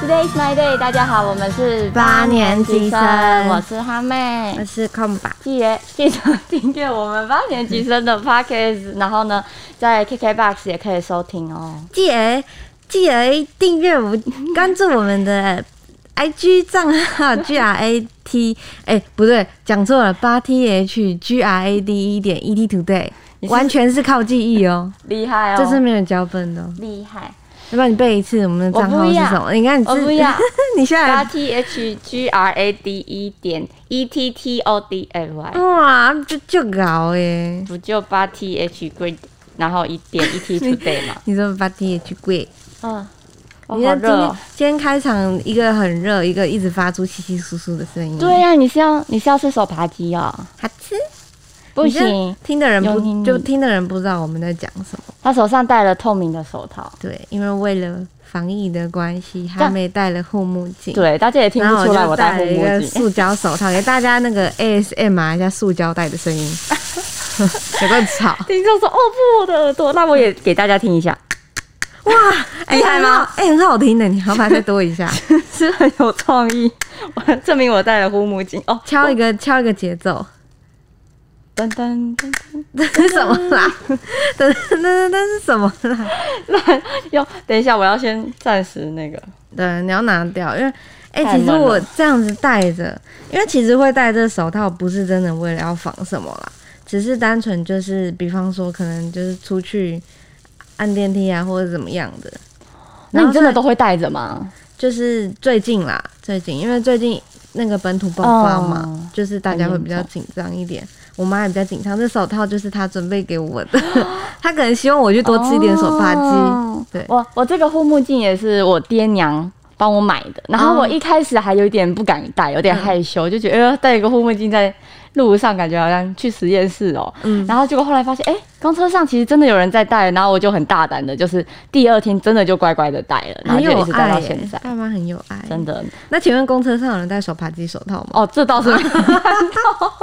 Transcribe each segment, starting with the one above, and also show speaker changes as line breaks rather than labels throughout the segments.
Today's my day，大家好，我们是
八年级生
我是哈妹
我。是空吧，
记得记得订阅我们八年级生 的 podcast，然后呢，在 KKBox 也可以收听哦。
记得记得订阅我们，关注我们的 IG 账号 G R A T，哎、不对，讲错了，八 T H G R A D 一点 E T Today，
你是
完全是靠记忆哦，
厉害哦，
这是没有脚本的、哦，
厉害。
要不然你背一次我们的账号是什
我
么？你看你
我
自
不要
你现
八
在
T H G R A D E 点 E T T O D L Y，
哇，就就搞耶，
不就八 T H grade，然后一点 E T today 嘛？
你说八 T H 贵。
嗯，
你
我好
看今
热、
天
哦。
今天开场一个很热，一个一直发出稀稀疏疏的声音。
对啊呀、你是要你是要吃手扒鸡哦？
好吃。
不
你这样
行，
听的人
有听
不
你
就听的人不知道我们在讲什么。
他手上戴了透明的手套。
对，因为为了防疫的关系，
这
还
样
没戴了护目镜。。
对，大家也听
然后
不出
我
来
就
我戴
戴
护
了一
目
个
镜。
塑胶手套，给大家那个 ASMR 一下塑胶袋的声音， 有个吵，
听众说：“哦不，我的耳朵。”那我也给大家听一下，
哇，哎
厉害吗？
很好哎，很好听的，你好，把它再多一下，
是很有创意。我证明我戴了护目镜哦。
敲一个敲一个节奏，
噔噔噔，
这是什么 啦？等等等等是什么啦？
哟，等一下，我要先暂时那个。
对，你要拿掉，因为哎、
太
其实
闷
我
了
这样子戴着，因为其实会戴这手套，不是真的为了要防什么啦，只是单纯就是，比方说可能就是出去按电梯啊，或者怎么样的。
那你真的
然后
都会戴着吗？
就是最近啦，最近因为最近那个本土爆发嘛，
哦
就是大家会比较紧张一点。我妈也比较紧张，这手套就是她准备给我的， 她可能希望我去多吃一点手扒鸡。
哦
对
我我这个护目镜也是我爹娘。帮我买的，然后
哦
我一开始还有一点不敢戴，有点
嗯
害羞，就觉得哎呦戴一个护目镜在路上，感觉好像去实验室哦。
嗯，
然后结果后来发现，哎、公车上其实真的有人在戴，然后我就很大胆的，就是第二天真的就乖乖的戴了，然后
很
就
有
一直戴
爱、
到
耶
现在，
爸妈很有爱，
真的。
那请问公车上有人戴手扒鸡手套吗？
哦，这倒是没有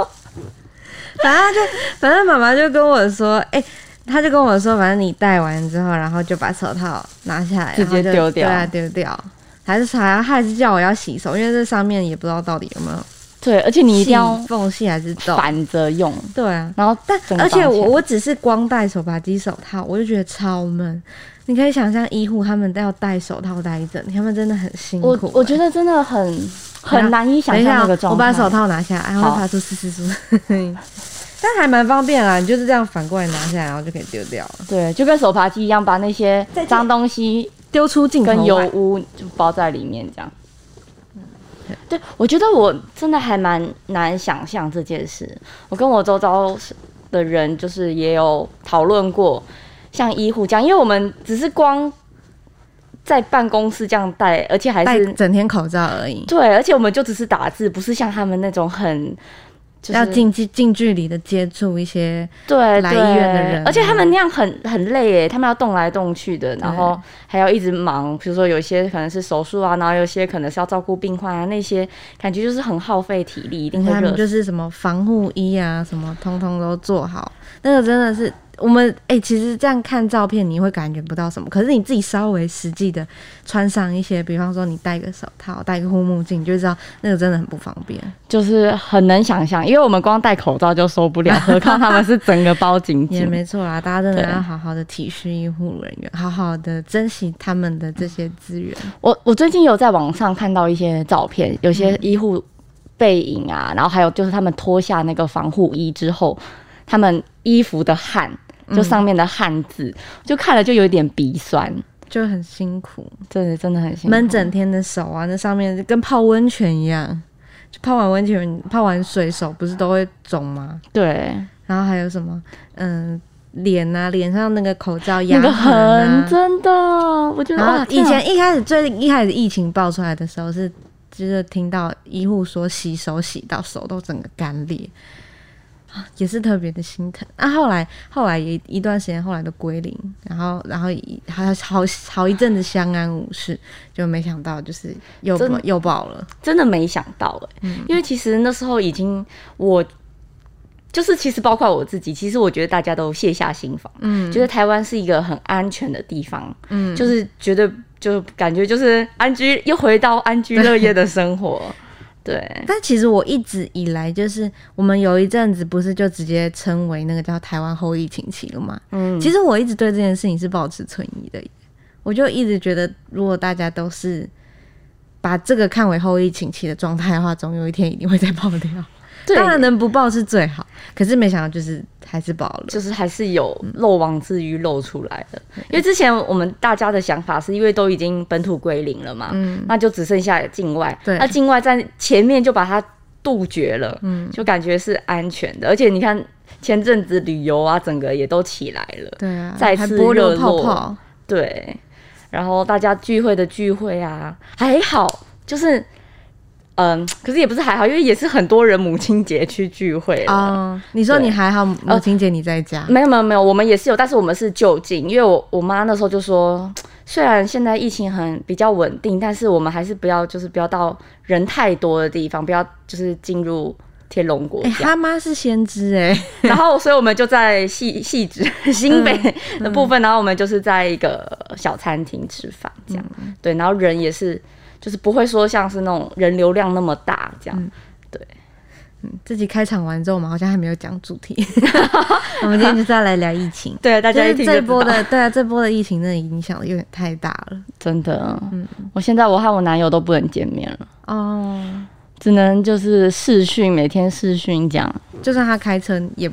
反正就反正妈妈就跟我说，哎、她就跟我说，反正你戴完之后，然后就把手套拿下来，
直接
然后就
丢掉
对啊，丢掉。还是还还是叫我要洗手，因为这上面也不知道到底有没有
对，而且你一定要
细缝隙还是洞。
反着用，
对啊，
然后
但
整个
而且
绑起
我
来
我只是光戴手扒鸡手套，我就觉得超闷。你可以想象医护他们都要戴手套戴一整天，他们真的很欸辛苦、
我我觉
得
得真的很很难以想
等一
象
下
那个
哦，
状
我
态。
把手套拿下来，然后
好
发出嘶嘶嘶，但还蛮方便啦，你就是这样反过来拿下来，然后就可以丢掉了，
对，就跟手扒鸡一样，把那些
再见
脏东西
丢出镜
跟
头
油
外。
污就包在里面，这样。对，我觉得我真的还蛮难想象这件事。我跟我周遭的人就是也有讨论过，像医护这样，因为我们只是光在办公室这样戴，而且还
戴
是
整天口罩而已，
对，而且我们就只是打字，不是像他们那种很就是
要近距近距离的接触一些，
对
来
对
医院的人啊
而且他们那样很很累耶，他们要动来动去的，然后还要一直忙，比如说有些可能是手术啊，然后有些可能是要照顾病患啊，那些感觉就是很耗费体力，一定会
他
热
们
死。
就是什么防护衣啊，什么通通都做好。那个真的是我们哎、其实这样看照片你会感觉不到什么，可是你自己稍微实际的穿上一些，比方说你戴个手套、戴个护目镜，你就知道那个真的很不方便。
就是很能想象，因为我们光戴口罩就受不 了，何况他们是整个包紧
也
紧。
没错啊啦，大家真的
嗯对
要好好的体恤医护人员，好好的珍惜他们的这些资源。
我我最近有在网上看到一些照片，有
嗯
些医护背影啊，然后还有就是他们脱下那个防护衣之后，他们衣服的汗，
嗯
就上面的汗渍，就看了就有点鼻酸，
就很辛苦，
真的真的很辛苦。
闷整天的手啊，那上面跟泡温泉一样，就泡完温泉、泡完水手不是都会肿吗？
对，
然后还有什么，嗯，脸啊，脸上那个口罩、牙
那个
痕
很
啊。
真的，我觉得
然后
哇
以
天啊
前一开始最一开始疫情爆出来的时候是，就是听到医护说洗手洗到手都整个干裂，啊，也是特别的心疼。那、后来后来也一段时间，后来都归零，然后然后一还好好一阵子相安无事，就没想到就是又
真的
又爆了。
欸真的没想到哎、因为其实那时候已经我就是其实包括我自己，其实我觉得大家都卸下心防，嗯，觉得台湾是一个很安全的地方，嗯，就是觉得就感觉就是安居又回到安居乐业的生活，对，
但其实我一直以来就是，我们有一阵子不是就直接称为那个叫台湾后疫情期了吗？
嗯，
其实我一直对这件事情是保持存疑的耶，我就一直觉得，如果大家都是把这个看为后疫情期的状态的话，总有一天一定会再爆掉。
对
当然能不爆是最好，可是没想到就是还是爆了。
就是还是有漏网之鱼漏出来的。因为之前我们大家的想法是因为都已经本土归零了嘛，那就只剩下境外。
对
那境外在前面就把它杜绝了，就感觉是安全的。而且你看前阵子旅游啊，整个也都起来了，
对啊，
再
还
次
波
热
流泡
络
泡，
对。然后大家聚会的聚会啊，还好，就是。嗯，可是也不是还好，因为也是很多人母亲节去聚会了
哦，你说你
对哦嗯
还好，母亲节你在家，
没有没有没有，我们也是有，但是我们是就近，因为我我妈那时候就说，虽然现在疫情很比较稳定，但是我们还是不要就是不要到人太多的地方，不要就是进入天龙国
哎、
这样。
他妈是先知哎、
然后所以我们就在细细致新北的部分，然后我们就是在一个小餐厅吃饭这样，对，然后人也是就是不会说像是那种人流量那么大这样，
嗯自己开场完之后，我们好像还没有讲主 题，我们今天就是要来聊疫情。
对， 大
就
家一
是
听
这
就
一
知
波
道
的，对啊，这波的疫情真的影响有点太大了
真的，嗯我现在我和我男友都不能见面了。
哦。
只能就是视讯，每天视讯这样。
就算他开车也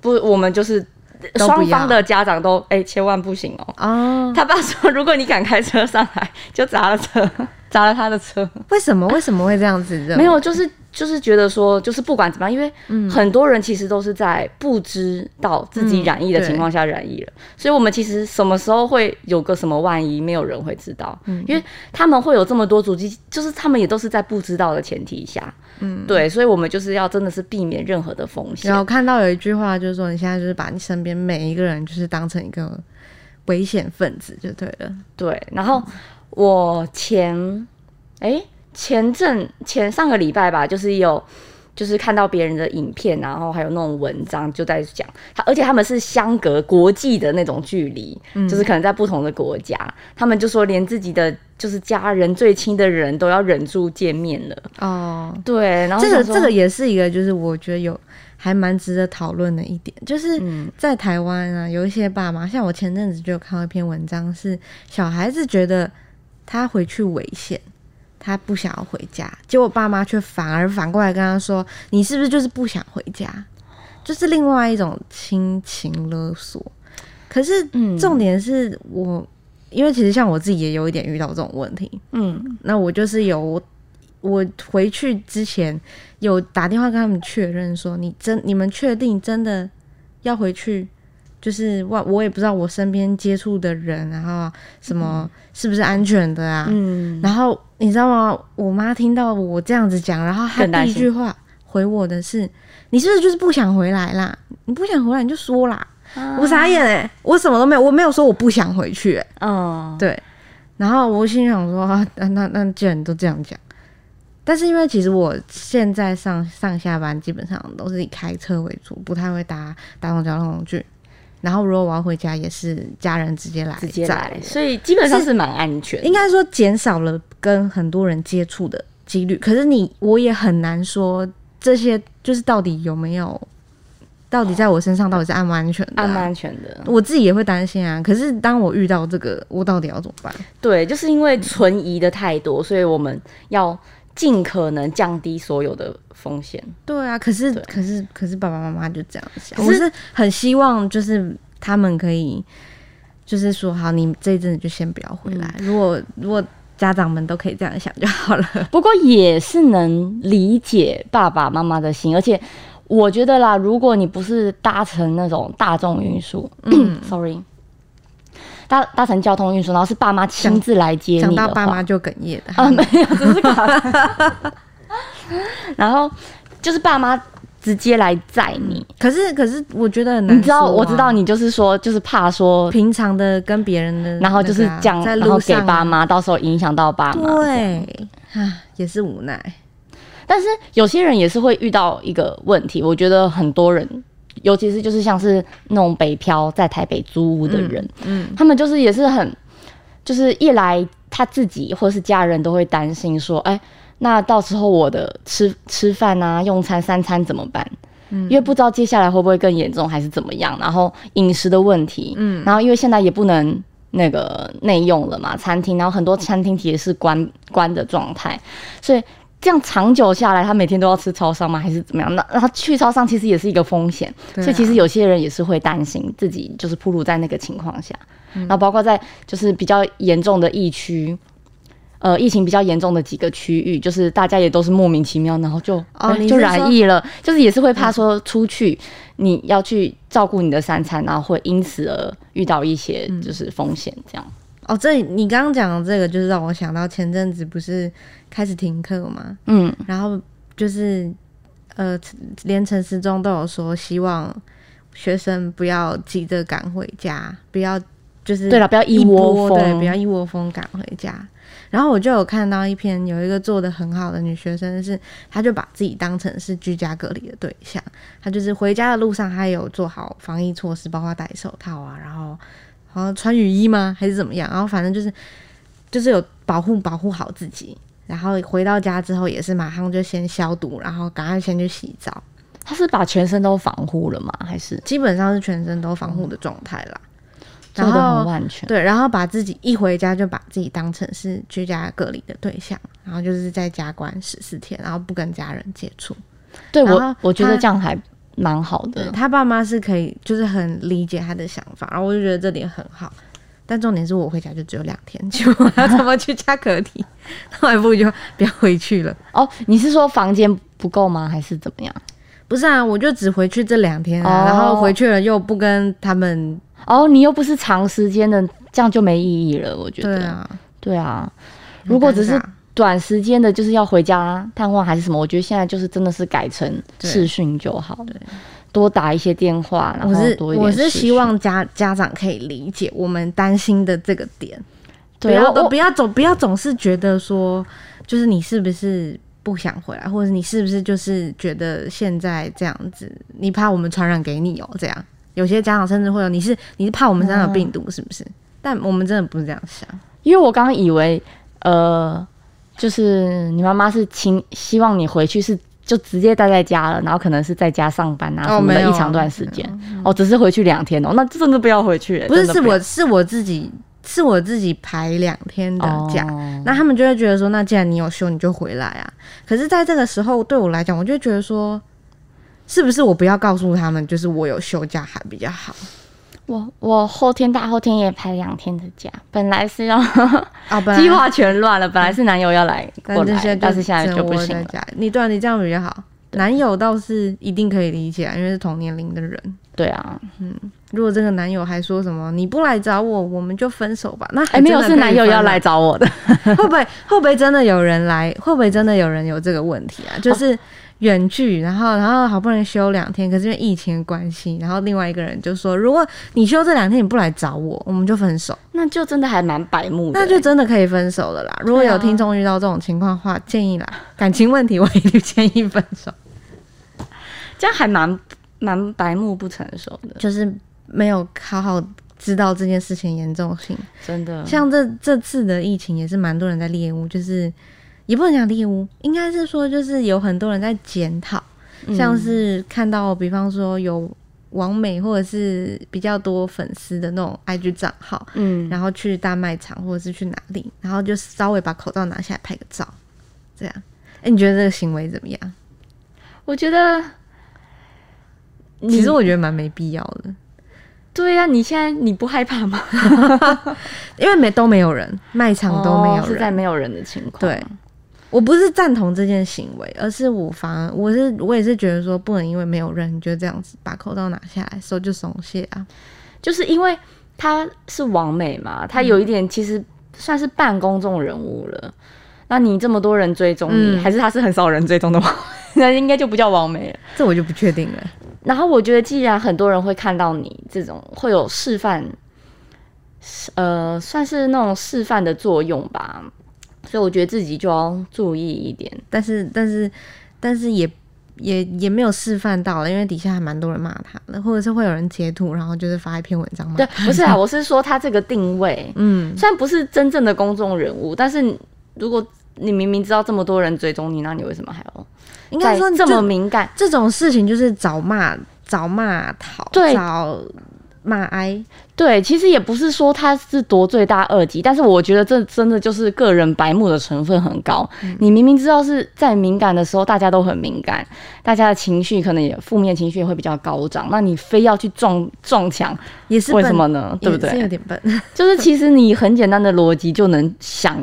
不，我们就是
都不要
双方的家长都哎、千万不行哦。
哦，
他爸说，如果你敢开车上来，就砸了车， 砸了他的车。
为什么为什么会这样子认为？
没有，就是就是觉得说，就是不管怎么样，因为很多人其实都是在不知道自己染疫的情况下染疫了，所以我们其实什么时候会有个什么万一，没有人会知道，因为他们会有这么多足迹，就是他们也都是在不知道的前提下，嗯，对，所以我们就是要真的是避免任何的风险
然。后看到有一句话，就是说你现在就是把你身边每一个人就是当成一个危险分子就对了。
对，然后我前哎、前阵前上个礼拜吧，就是有就是看到别人的影片，然后还有那种文章就在讲他，而且他们是相隔国际的那种距离，
嗯
就是可能在不同的国家，他们就说连自己的就是家人最亲的人都要忍住见面了。
哦，
对，然后
这个
想说
这个也是一个，就是我觉得有还蛮值得讨论的一点，就是
嗯
在台湾啊，有一些爸妈，像我前阵子就有看到一篇文章，是小孩子觉得他回去危险。他不想要回家，结果爸妈却反而反过来跟他说：“你是不是就是不想回家？”就是另外一种亲情勒索。可是
嗯
重点是我，因为其实像我自己也有一点遇到这种问题，
嗯
那我就是有我我回去之前有打电话跟他们确认说，你真你们确定真的要回去？就是我我也不知道我身边接触的人，然后什么是不是安全的啊？
嗯，
然后你知道吗？我妈听到我这样子讲，然后她
更担
第一
心
句话回我的是：“你是不是就是不想回来啦？你不想回来你就说啦。
啊
我傻眼哎、我什么都没有，我没有说我不想回去、欸，
嗯
对，然后我心想说， 啊、那那那既然你都这样讲，但是因为其实我现在上上下班基本上都是以开车为主，不太会搭大众交通工具。然后如果我要回家，也是家人直接来
直接
载
来，
我
所以基本上是蛮安全的
应。该说减少了跟很多人接触的几率。可是你我也很难说这些就是到底有没有，到底在我身上到底是安不安全的啊、
安不安全的，
我自己也会担心啊。可是当我遇到这个，我到底要怎么办？
对，就是因为存疑的太多，所以我们要尽可能降低所有的风险。
对啊，可是
对
可是可是爸爸妈妈就这样想，
可
我
是
是很希望就是他们可以，就是说好，你这一阵子就先不要回来。
嗯
如果如果家长们都可以这样想就好了。
不过也是能理解爸爸妈妈的心，而且我觉得啦，如果你不是搭乘那种大众运输、s
嗯
o r r y 搭搭乘交通运输，然后是爸妈亲自来接
讲
你
到
的
爸妈
话，
就哽咽的，
啊，没有，只是卡痰 然后就是爸妈直接来载你，
可是可是我觉得很难、啊
你知道，我知道，。你就是说，就是怕说
平常的跟别人的那个啊、
然后就是讲，
在
然
路
后给
上啊
爸，妈，到时候影响到爸妈。
对啊，也是无奈。
但是有些人也是会遇到一个问题，我觉得很多人尤其是就是像是那种北漂在台北租屋的人，
嗯，
他们就是也是很，就是一来他自己或是家人都会担心说，哎、那到时候我的吃吃饭啊、用餐三餐怎么办？
嗯
因为不知道接下来会不会更严重，还是怎么样。然后饮食的问题，嗯，然后因为现在也不能那个内用了嘛，餐厅，然后很多餐厅也是关关的状态，所以这样长久下来，他每天都要吃超商吗？还是怎么样？那那他去超商其实也是一个风险，
对啊
所以其实有些人也是会担心自己就是暴露在那个情况下，
嗯
然后包括在就是比较严重的疫区。呃，疫情比较严重的几个区域，就是大家也都是莫名其妙，然后就、
哦
哎
你是
就
说嗯
染疫了，就是也是会怕说出去、你要去照顾你的三餐，然后会因此而遇到一些
嗯
就是风险这样。
哦，这你刚刚讲的这个，就是让我想到前阵子不是开始停课嘛，
嗯
然后就是呃，连陈时中都有说，希望学生不要急着赶回家，不要就是
对了，不要
一
窝
对，
蜂，
不要一窝蜂赶回家。然后我就有看到一篇，有一个做的很好的女学生是，她就把自己当成是居家隔离的对象，她就是回家的路上，她也有做好防疫措施，包括戴手套啊，然后好像穿雨衣吗，还是怎么样？然后反正就是就是有保护保护好自己。然后回到家之后也是马上就先消毒，然后赶快先去洗澡，
他是把全身都防护了吗？还是
基本上是全身都防护的状态啦。
做
然
的
后
很万全？
对，然后把自己一回家就把自己当成是居家隔离的对象，然后就是在家关十四天，然后不跟家人接触。
对
然后
我，我觉得
他
这样还蛮好
对
的。
他爸妈是可以，就是很理解他的想法，然后我就觉得这点很好。但重点是我回家就只有两天，结果他怎么去家隔离？ 那我还不如就不要回去了。
哦，你是说房间不够吗？还是怎么样？
不是啊，我就只回去这两天、啊，
哦
然后回去了又不跟他们。
哦，你又不是长时间的，这样就没意义了。我觉得，
对啊，
对啊如果只是
很尴尬
短时间的，就是要回家探望还是什么？我觉得现在就是真的是改成
对
视讯就好了，多打一些电话，然
我
后
是
多一点
我是
视
希
讯
望家家长可以理解我们担心的这个点。不
对，啊
要
我
都
我
不要总不要总是觉得说，就是你是不是不想回来，或者你是不是就是觉得现在这样子，你怕我们传染给你哦、这样有些家长甚至会有，你是你是怕我们身上有病毒是不是？嗯但我们真的不是这样想，
因为我刚刚以为呃，就是你妈妈是请希望你回去是。就直接待在家了，然后可能是在家上班啊
哦
什么
没
的，
有
一
啊
长段时间哦，只是回去两天哦，那真的不要回去欸，
不是
真的
是
要
我是我自己是我自己排两天的假，
哦
那他们就会觉得说，那既然你有休，你就回来啊。可是，在这个时候，对我来讲，我就觉得说，是不是我不要告诉他们，就是我有休假还比较好
我我后天大后天也排两天的假，本来是要
啊？本来
计划全乱了，本来是男友要来
但
过
这些
来，但是现在
就
就不
窝
行
在
了。
家里。你对、啊、你这样比较好。男友倒是一定可以理解啊，因为是同年龄的人。
对啊，
如果这个男友还说什么“你不来找我，我们就分手吧”，那
哎、没有是男友要来
的，
找我的，
会不会会不会真的有人来？会不会真的有人有这个问题啊？就是远距，然后然后好不容易休两天，可是因为疫情的关系，然后另外一个人就说：“如果你休这两天你不来找我，我们就分手。”
那就真的还蛮白目的、
那就真的可以分手了啦。如果有听众遇到这种情况的话，建议啦，感情问题我一律建议分手。
这样还蛮蛮白目不成熟的，
就是没有好好知道这件事情严重性。
真的。
像这这次的疫情也是蛮多人在猎巫，就是也不能讲猎巫，应该是说就是有很多人在检讨，
嗯
像是看到比方说有网美或者是比较多粉丝的那种 IG 账号，
嗯，
然后去大卖场或者是去哪里，然后就稍微把口罩拿下来拍个照，这样。哎、你觉得这个行为怎么样？
我觉得
其实我觉得蛮没必要的，
对呀、你现在你不害怕吗？
因为没都没有人，卖场都没有人，
哦是在没有人的情况。
对，我不是赞同这件行为，而是我反而我是我也是觉得说，不能因为没有人，你就这样子把口罩拿下来，手就松懈啊。
就是因为她是王美嘛，她有一点其实算是半公众人物了。那你这么多人追踪你，
嗯
还是她是很少人追踪的王， 那应该就不叫王美了。
这我就不确定了。
然后我觉得，既然很多人会看到你这种会有示范，呃，算是那种示范的作用吧，所以我觉得自己就要注意一点。
但是但是但是也也也没有示范到了，因为底下还蛮多人骂他的，或者是会有人截图，然后就是发一篇文章骂
对
他。，
不是啊，我是说他这个定位，
嗯，
虽然不是真正的公众人物，但是你如果你明明知道这么多人追踪你，那你为什么还要
应该说
在
你
这
就
么敏感？
这种事情就是找骂、找骂讨、
对
找骂哀，
对，其实也不是说他是夺罪大恶极，但是我觉得这真的就是个人白目的成分很高。
嗯
你明明知道是在敏感的时候，大家都很敏感，大家的情绪可能也负面情绪也会比较高涨，那你非要去撞撞墙，
也是
为
笨，
什么呢？对不
也是有
对？
点笨，
就是其实你很简单的逻辑就能想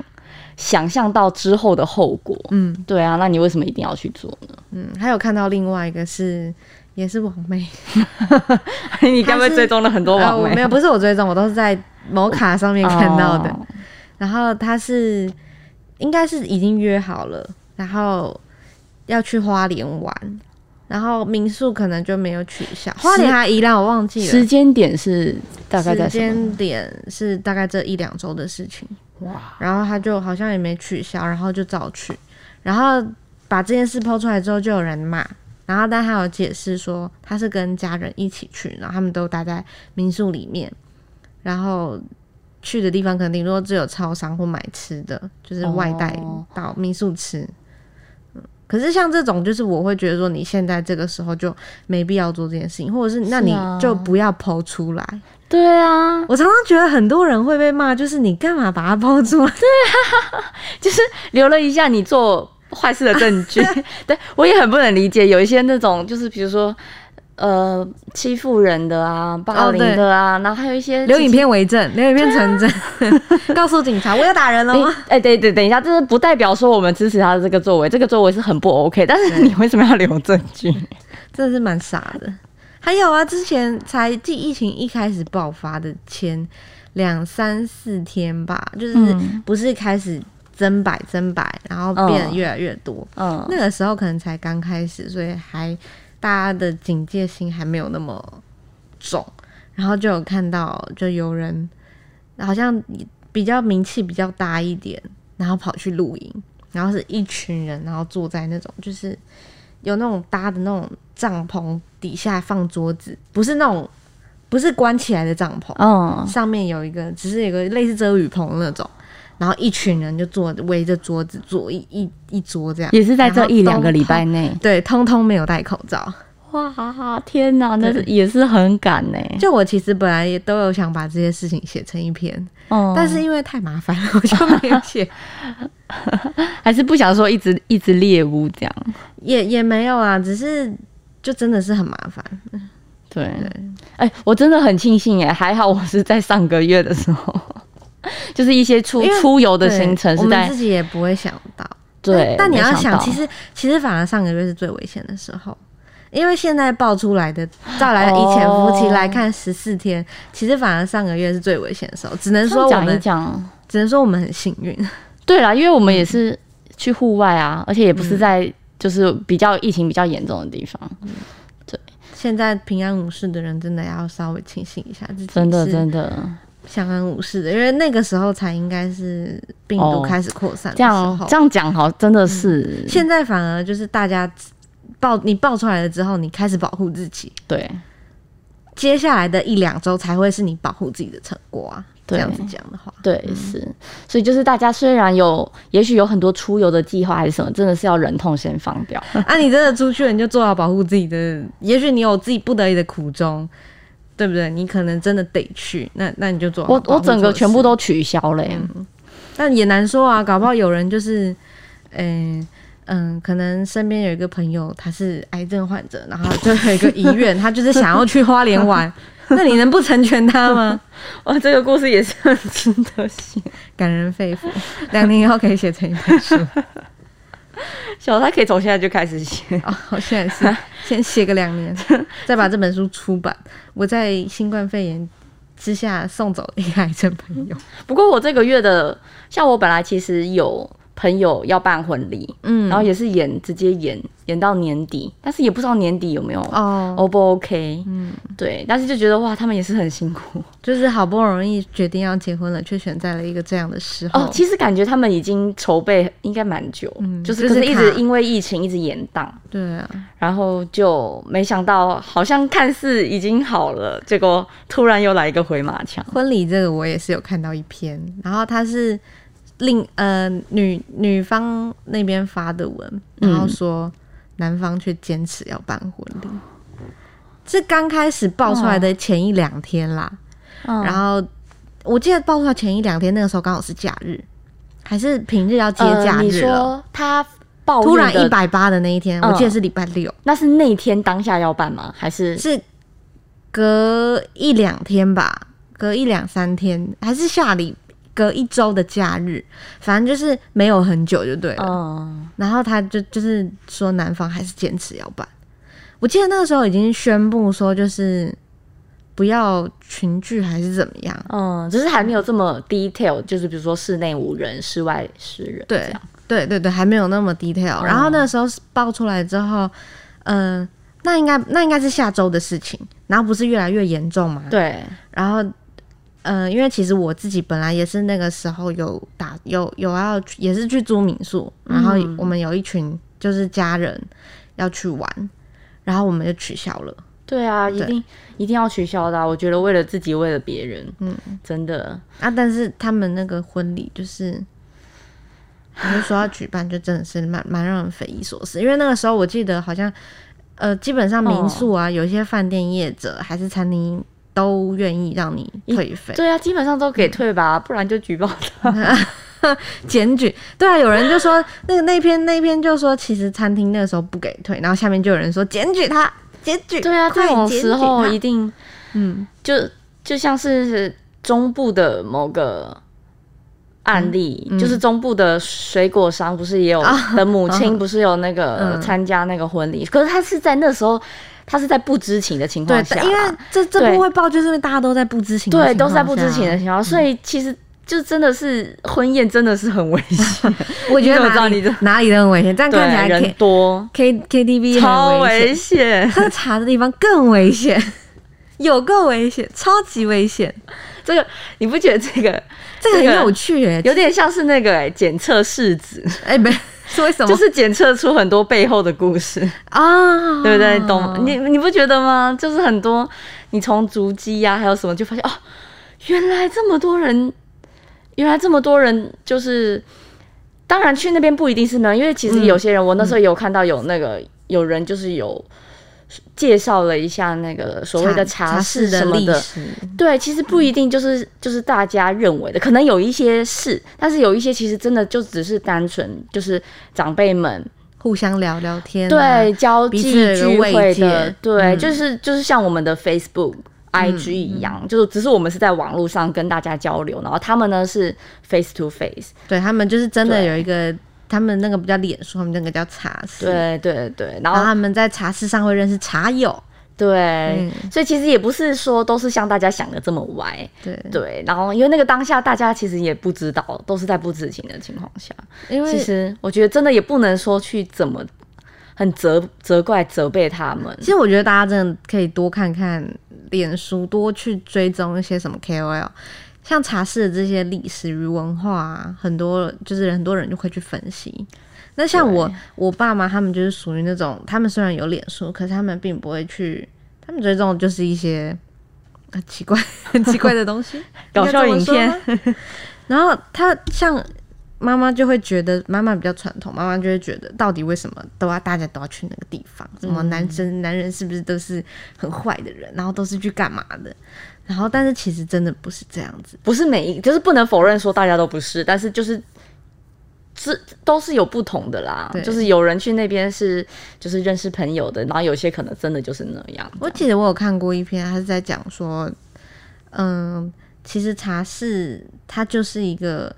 想象到之后的后果。
嗯
对啊，那你为什么一定要去做呢？
嗯。还有看到另外一个是。也是网妹，
你该不会
他是
追踪了很多
啊
网
我
媒？
没有，不是我追踪，我都是在某卡上面看到的。
哦
然后他是应该是已经约好了，然后要去花莲玩，然后民宿可能就没有取消。
花莲
是啊，宜兰我忘记了，
时间点是大概在
时
什么？
间点是大概这一两周的事情。
哇，
然后他就好像也没取消，然后就照去，然后把这件事抛出来之后，就有人骂。然后，但他有解释说他是跟家人一起去，然后他们都待在民宿里面，然后去的地方可能顶多只有超商或买吃的，就是外带
哦
到民宿吃。嗯可是像这种，就是我会觉得说，你现在这个时候就没必要做这件事情，或者是那
是
你
啊
就不要抛出来。
对啊，
我常常觉得很多人会被骂，就是你干嘛把它啊抛出来？
就是留了一下你做坏事的证 据。对我也很不能理解，有一些那种就是比如说。呃，欺负人的啊，霸凌的啊，然后还有一些
留影。片为证，留影片存证，啊 告诉警察我要打人哦了
哎
吗？
哎，对对，等一下，这是不代表说我们支持他的这个作为，这个作为是很不 OK。但是你为什么要留证据？
真的是蛮傻的。还有啊，之前才继疫情一开始爆发的前两三四天吧，就是
嗯
不是开始增百增百，然后变得
嗯
越来越多。
嗯，
那个时候可能才刚开始，所以还大家的警戒心还没有那么重，然后就有看到就有人好像比较名气比较大一点，然后跑去露营，然后是一群人，然后坐在那种就是有那种搭的那种帐篷底下放桌子，不是那种不是关起来的帐篷，
嗯，
上面有一个，只是有个类似遮雨棚那种，然后一群人就坐围着桌子坐一一一桌这样，
也是在
然
这
后
一两个礼
通
拜内。
通，对，通通没有戴口罩。
哇，天哪，那
对
是也是很赶呢。
就我其实本来也都有想把这些事情写成一篇，
嗯，
但是因为太麻烦了， 我就没 有写，
还是不想说一直一直猎物这样。
也也没有啊，只是就真的是很麻烦。
对，哎、我真的很庆幸哎，还好我是在上个月的时候，就是一些出
因为
出游的
对
行程
我
是
们
在
自己也不会想到。
对，
但但你要
没
想，
到
其实其实反而上个月是最危险的时候，因为现在爆出来的，照来以前
哦
夫妻来看十四天，其实反而上个月是最危险的时候，只能
这样
说我
讲一
们
讲，
只能说我们很幸运，
对啦，因为我们也
嗯
是去户外啊，而且也不是在就是比较疫情比较严重的地方，
现在平安无事的人真的要稍微清醒一下自己，
真的真的
相安无事的，因为那个时候才应该是病毒
哦
开始扩散的
这
时
样
候，嗯
这样讲好，真的是、
现在反而就是大家爆你爆出来了之后，你开始保护自己。
对
接下来的一两周才会是你保护自己的成果啊。这
对
样子嗯讲的话，
对、是，所以就是大家虽然有也许有很多出游的计划还是什么，真的是要忍痛先放掉。
啊，你真的出去了，你就做好保护自己的。也许你有自己不得已的苦衷，对不对？你可能真的得去，那那你就做好
我
保
我
护措
整个全部
施，
都取消了、
嗯
欸。
但也难说啊，搞不好有人就是，嗯、嗯，可能身边有一个朋友他是癌症患者，然后就有一个遗愿，他就是想要去花莲玩， 那你能不成全他吗？
哇，这个故事也是很值得写。
感人肺腑，两年以后可以写成一本书。
小他可以从现在就开始 写。
哦，我现在是先写个两年，再把这本书出版。我在新冠肺炎之下送走了一个癌症朋友。
不过我这个月的，像我本来其实有朋友要办婚礼，
嗯，
然后也是演直接演演到年底，但是也不知道年底有没有 O、
哦，
不 OK，
嗯，
对，但是就觉得哇，他们也是很辛 苦
就是好不容易决定要结婚了，却选在了一个这样的时候。
哦。其实感觉他们已经筹备应该蛮久，
嗯
就是
就
可
是
是一直
卡
因为疫情一直延档，
对啊，
然后就没想到好像看似已经好了，结果突然又来一个回马枪。
婚礼这个我也是有看到一篇，然后他是另呃女女方那边发的文，
嗯
然后说男方却坚持要办婚礼，是刚开始爆出来的前一两天啦。然
后
后我记得爆出来前一两天，那个时候刚好是假日，还是平日要接假
呃你
日了。
说他报
突然一
一百，
百八的那一天，
嗯
我记得是礼拜六，
那是那天当下要办吗？还是
是隔一两天吧，隔一两三天，还是下礼隔一周的假日，反正就是没有很久就对了。
嗯
然后他就就是说男方还是坚持要办。我记得那个时候已经宣布说，就是不要群聚还是怎么样，
嗯，只是还没有这么 detail，就是比如说室内无人，室外是人。这
对
样，
对对对，还没有那么 detail。然
哦
后那个时候爆出来之后，嗯、那应该那应该是下周的事情，然后不是越来越严重吗？
对，
然后，呃，因为其实我自己本来也是那个时候有打有有要去也是去租民宿，然后
嗯
我们有一群就是家人要去玩，然后我们就取消了。
对啊，
对
一定一定要取消的啊、我觉得为了自己，为了别人，
嗯
嗯，真的，
啊，但是他们那个婚礼就是。你就说要举办，就真的是蛮蛮让人匪夷所思。因为那个时候我记得好像，呃，基本上民宿
哦
啊，有一些饭店业者还是餐厅都愿意让你
一
退费。
对啊，基本上都给退吧，不然就举报
检举，对啊，有人就说那个那篇那篇就说，其实餐厅那个时候不给退，然后下面就有人说检举他，检举，
对啊，
快
这种
检
时
举
候
他
一定
嗯，
就就像是中部的某个案例，
嗯嗯啊
就是中部的水果商不是也有、的母亲不是有那个
嗯
参加那个婚礼，可是他是在那时候，他是在不知情的情
对
况下，，
因为这这
对
部会爆，就是因为大家都在不知情的
对
情
都是在不
况
知情的
下，嗯
情况下，所以其实就真的是婚宴真的是很危 险，
我觉
你怎
得
么知
哪
道
里
你的
哪里都很危险，这样
对
看起来
人
K
多
K K T V
超
很危
危
险，
险。
喝茶的地方更危险， 有够危险，超级危险，
这个你不觉得这个
这个
这
很
个
有趣哎，
有点像是那个哎、检测试纸？
哎没是为什么
就是检测出很多背后的故事，
啊？
对不对？懂吗？你你不觉得吗？就是很多你从足迹呀、还有什么，就发现哦，原来这么多人，原来这么多人就是，当然去那边不一定是没有，因为其实
嗯
有些人，我那时候有看到有那个、有人就是有介绍了一下那个所谓的
茶
茶
室
室
的
什么
历
的，
史，
对，其实不一定就是就是大家认为的，可能有一些是，但是有一些其实真的就只是单纯就是长辈们
互相聊聊天啊，
对交
彼
际
此有个
聚
慰
会
藉
的，对，
嗯
就是就是像我们的 Facebook、IG 一样，就是只是我们是在网络上跟大家交流，然后他们呢是 face to face，
对他们就是真的
对
有一个，他们那个不叫脸书，他们那个叫茶室。，
对对对，然
然后
后
他们在茶室上会认识茶友。
对，
嗯
所以其实也不是说都是像大家想的这么歪，
对，
对，然后因为那个当下大家其实也不知道，都是在不知情的情况下，
因
其
为
实我觉得真的也不能说去怎么很责责怪责备他们
其，实我觉得大家真的可以多看看脸书，多去追踪一些什么 KOL，像茶室的这些历史与文化啊，很多就是很多人就会去分析。那像我我爸妈他们就是属于那种，他们虽然有脸书，可是他们并不会去，他们追踪的就是一些很奇怪很奇怪的东西。
搞笑影片
应该这么说吗。 然后他像妈妈就会觉得，妈妈比较传统，妈妈就会觉得，到底为什么都要大家都要去那个地方？什么男生、男人是不是都是很坏的人？然后都是去干嘛的？然后但是其实真的不是这样子。
不是每一就是不能否认说大家都不是，但是就是。这都是有不同的啦
对，
就是有人去那边是就是认识朋友的，然后有些可能真的就是那样。
我记得我有看过一篇，他是在讲说，嗯，其实茶室它就是一个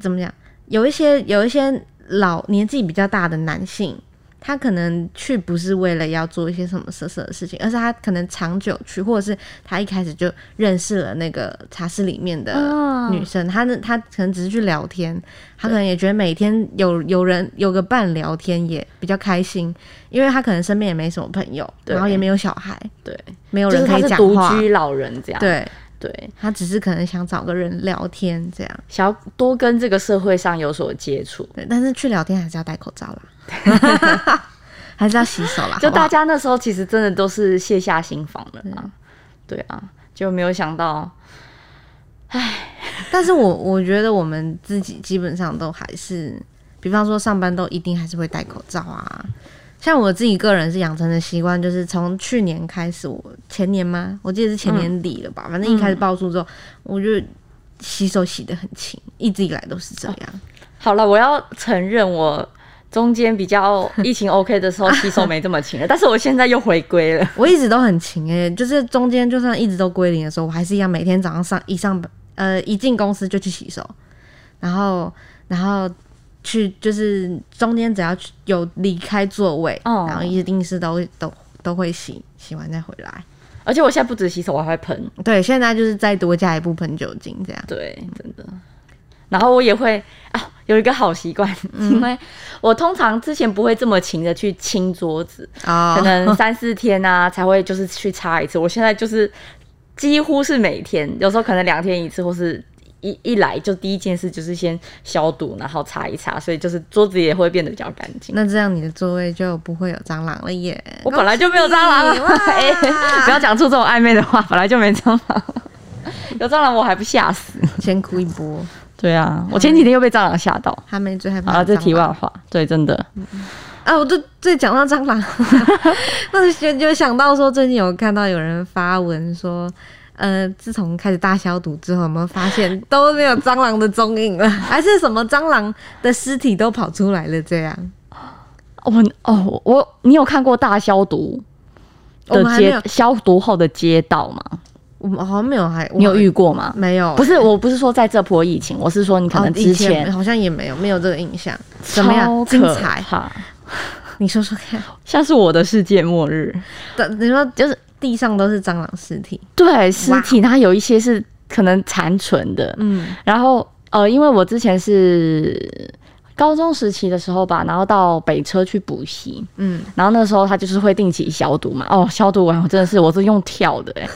怎么讲，有一些有一些老年纪比较大的男性，他可能去不是为了要做一些什么色色的事情，而是他可能长久去，或者是他一开始就认识了那个茶室里面
哦
的女生，他那他可能只是去聊天，他可能也觉得每天有有人有个伴聊天也比较开心，因为他可能身边也没什么朋友，
对
然后也没有小孩，
对，
没有
就是
人可
他
以
是
讲
独
话，
居啊老人这样，
对
对，
他只是可能想找个人聊天这样，
想要多跟这个社会上有所接触。
对，但是去聊天还是要戴口罩啦， 还是要洗手 啦，
就
好不好啊
大家那时候其实真的都是卸下心防了啊，
嗯
对啊，就没有想到，
但是我我觉得我们自己基本上都还是，比方说上班都一定还是会戴口罩啊。像我自己个人是养成的习惯，就是从去年开始，我前年吗？我记得是前年底了吧，反正一开始爆出之后，我就洗手洗得很勤，一直以来都是这样。
好了，我要承认我。中间比较疫情 OK 的时候，洗手没这么勤了，但是我现在又回归了。
我一直都很勤诶、就是中间就算一直都归零的时候，我还是一样每天早上上一上班呃一进公司就去洗手，然后然后去就是中间只要去有离开座位，
哦
然后一定是都都都会洗，洗完再回来。
而且我现在不止洗手，我还会喷，
对，现在就是再多加一部分酒精这样。
对，真的。然后我也会啊，有一个好习惯，因为我通常之前不会这么勤的去清桌子，
哦
可能三四天啊才会就是去擦一次。我现在就是几乎是每天，有时候可能两天一次，或是一一来就第一件事就是先消毒，然后擦一擦，所以就是桌子也会变得比较干净。
那这样你的座位就不会有蟑螂了耶。
我本来就没有蟑螂
恭喜你哇
了， 哎、不要讲出这种暧昧的话，本来就没蟑 螂，有蟑螂我还不吓死。
先哭一波，
对啊，我前几天又被蟑螂吓到。
他们最害怕
好了，啊这
蟑
题
螂
外话，对，真的，
啊，我就最讲到 蟑螂，那就就想到说，最近有看到有人发文说，呃，自从开始大消毒之后，有没有发现都没有蟑螂的踪影了，还是什么蟑螂的尸体都跑出来了？这样，
我哦，我你有看过大消毒
我
的
们还没
街
有，
消毒后的街道吗？
我们好像没有还，我
你有遇过吗？
没有？欸
不是，我不是说在这波疫情，我是说你可
哦
能
以
之前
好像也没有，没有这个印象。怎么样？
超
精
可
彩？
怕，
你说说看，
像是我的世界末日，
等你说就是地上都是蟑螂尸体，
对，尸体，然后有一些是可能残存的，
嗯，
然后呃，因为我之前是高中时期的时候吧，然后到北车去补习，
嗯，
然后那时候他就是会定期消毒嘛，哦，消毒完我真的是我是用跳的、欸，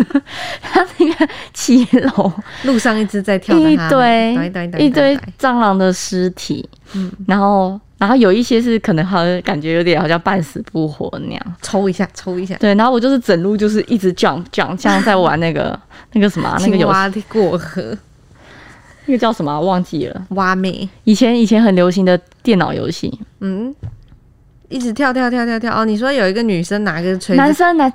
他那个七楼
路上一只在跳的
一
哈
堆
咪咚咚
一堆
咚咚
蟑螂的尸体，
嗯
然后然后有一些是可能好像感觉有点好像半死不活那样，
抽一下，抽一下。
对，然后我就是整路就是一直 jump jump，像在玩那个 那个什么啊、那个
青
游戏
蛙过河，
那个叫什么啊、忘记了，
蛙妹，
以前以前很流行的电脑游戏，
嗯，一直跳跳跳跳跳。哦，你说有一个女生拿个锤
男
子，
生男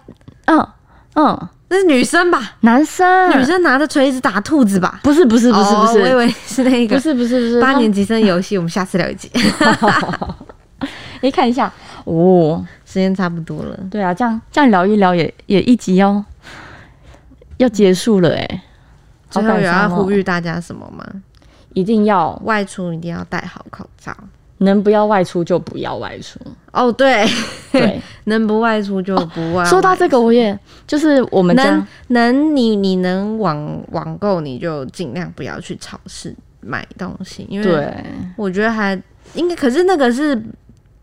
嗯嗯
那是女生吧？
男生
女生拿着锤子打兔子吧？
不是不是不是不
哦我以
是。
为是那
不
个
是不是不是，
八
他们
年级生游戏，我们下次聊一集。
哎， 看一下哦，
时间差不多了，
对啊，这样这样聊一聊也也一集要要结束了哎、好
最后
感
有要
伤哦
呼吁大家什么吗？
一定要
外出一定要戴好口罩。
能不要外出就不要外出。
哦，对，
对，
能不外出就不外出。
说到这个，我也就是我们
能
家
能你你能网网购，你就尽量不要去超市买东西，因为
对
我觉得还应该，可是那个是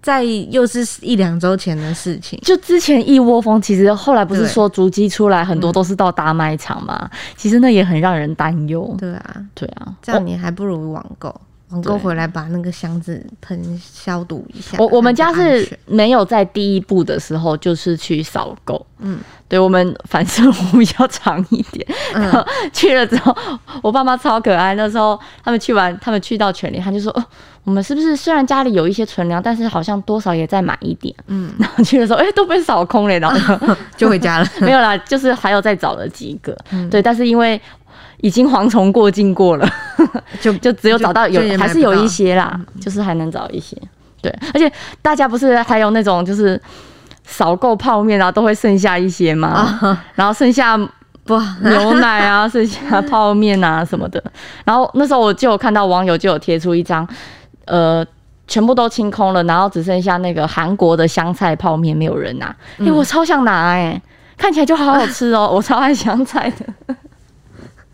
在又是一两周前的事情。
就之前一窝蜂，其实后来不是
对
说足迹出来很多都是到大卖场嘛，其实那也很让人担忧。
对啊，
对啊，
这样你还不如网购，网购
对
回来把那个箱子喷消毒一下。
我我们家
看着安
是
全
没有在第一步的时候就是去扫购，
嗯
嗯，对我们反射弧比较长一点，然后去了之后，我爸妈超可爱，那时候他们去完，他们去到全联，他就说，哦，我们是不是虽然家里有一些存粮，但是好像多少也再买一点，嗯，然后去的时候，哎、都被扫空了，然后
就回家了。
没有啦，就是还有再找了几个，对，但是因为已经蝗虫过境过了，
就
就只有找到有
就也买
还
不
是有
到嗯
一些啦，就是还能找一些。对，而且大家不是还有那种就是少购泡面啊，都会剩下一些嘛，
啊
然后剩下
不，
牛奶 啊，剩下泡面啊什么的。然后那时候我就有看到网友就有贴出一张，呃，全部都清空了，然后只剩下那个韩国的香菜泡面没有人拿。
嗯
哎、我超想拿哎、看起来就好好吃哦， 我超爱香菜的，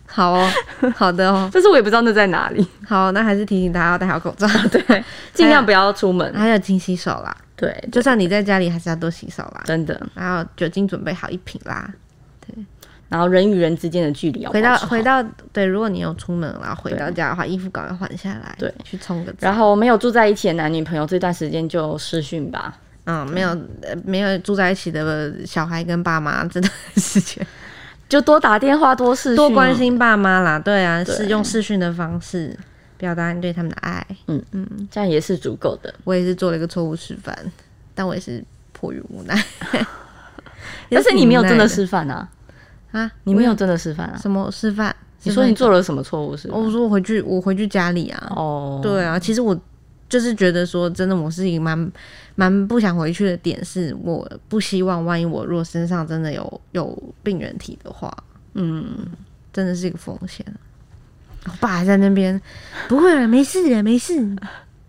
好哦，好的哦，
但是我也不知道那在哪里，
好，那还是提醒大家要戴好口罩，
对， 尽量不要出门。
还有勤洗手啦。
对，
就算你在家里，还是要多洗手啦。
真的。
然后酒精准备好一瓶啦。
然后人与人之间的距离啊要
回
保
到
持好
回到对，如果你有出门然后回到
对
家的话，衣服赶快换下来，
对，
去冲个澡。
然后没有住在一起的男女朋友这段时间就失讯吧。
嗯，没有呃没有住在一起的小孩跟爸妈这段时间，
就多打电话，多视讯哦
多关。心爸妈啦。对啊，
对
是用视讯的方式表达你对他们的爱。
这样也是足够的。
我也是做了一个错误示范，但我也是迫于无奈。 也
但是
挺
你没有真
无奈
的示范啊，
啊，
你没有真的示范啊。
什么示范？
你说
示
你做了什么错误是吧？
范，我说我回去，我回去家里啊。
哦，
对啊，其实我就是觉得说，真的，我是一个蛮蛮不想回去的点是，我不希望万一我若身上真的有有病人体的话，
嗯，
真的是一个风险。我爸还在那边，不会了，没事的，没事。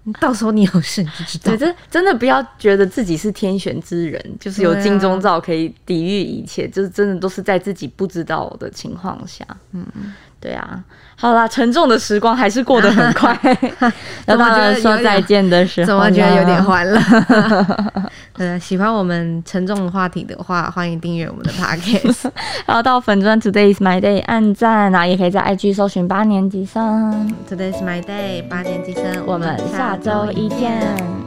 你到时候你有事你就知道
对，。真 真的不要觉得自己是天选之人，就是有
对啊
金钟罩可以抵御一
啊
切，就是真的都是在自己不知道的情况下。嗯，对啊。好啦，沉重的时光还是过得很 快， 要
怎么
到
觉得
了
有
说
点
再见的时候，
怎么觉得有点？欢乐？ 呃，喜欢我们沉重的话题的话，欢迎订阅我们的 podcast。
然后到粉砖 Today is my day 按赞啊，也可以在 IG 搜寻八年级生。
Today's my day，八年级生，
我们下周一见。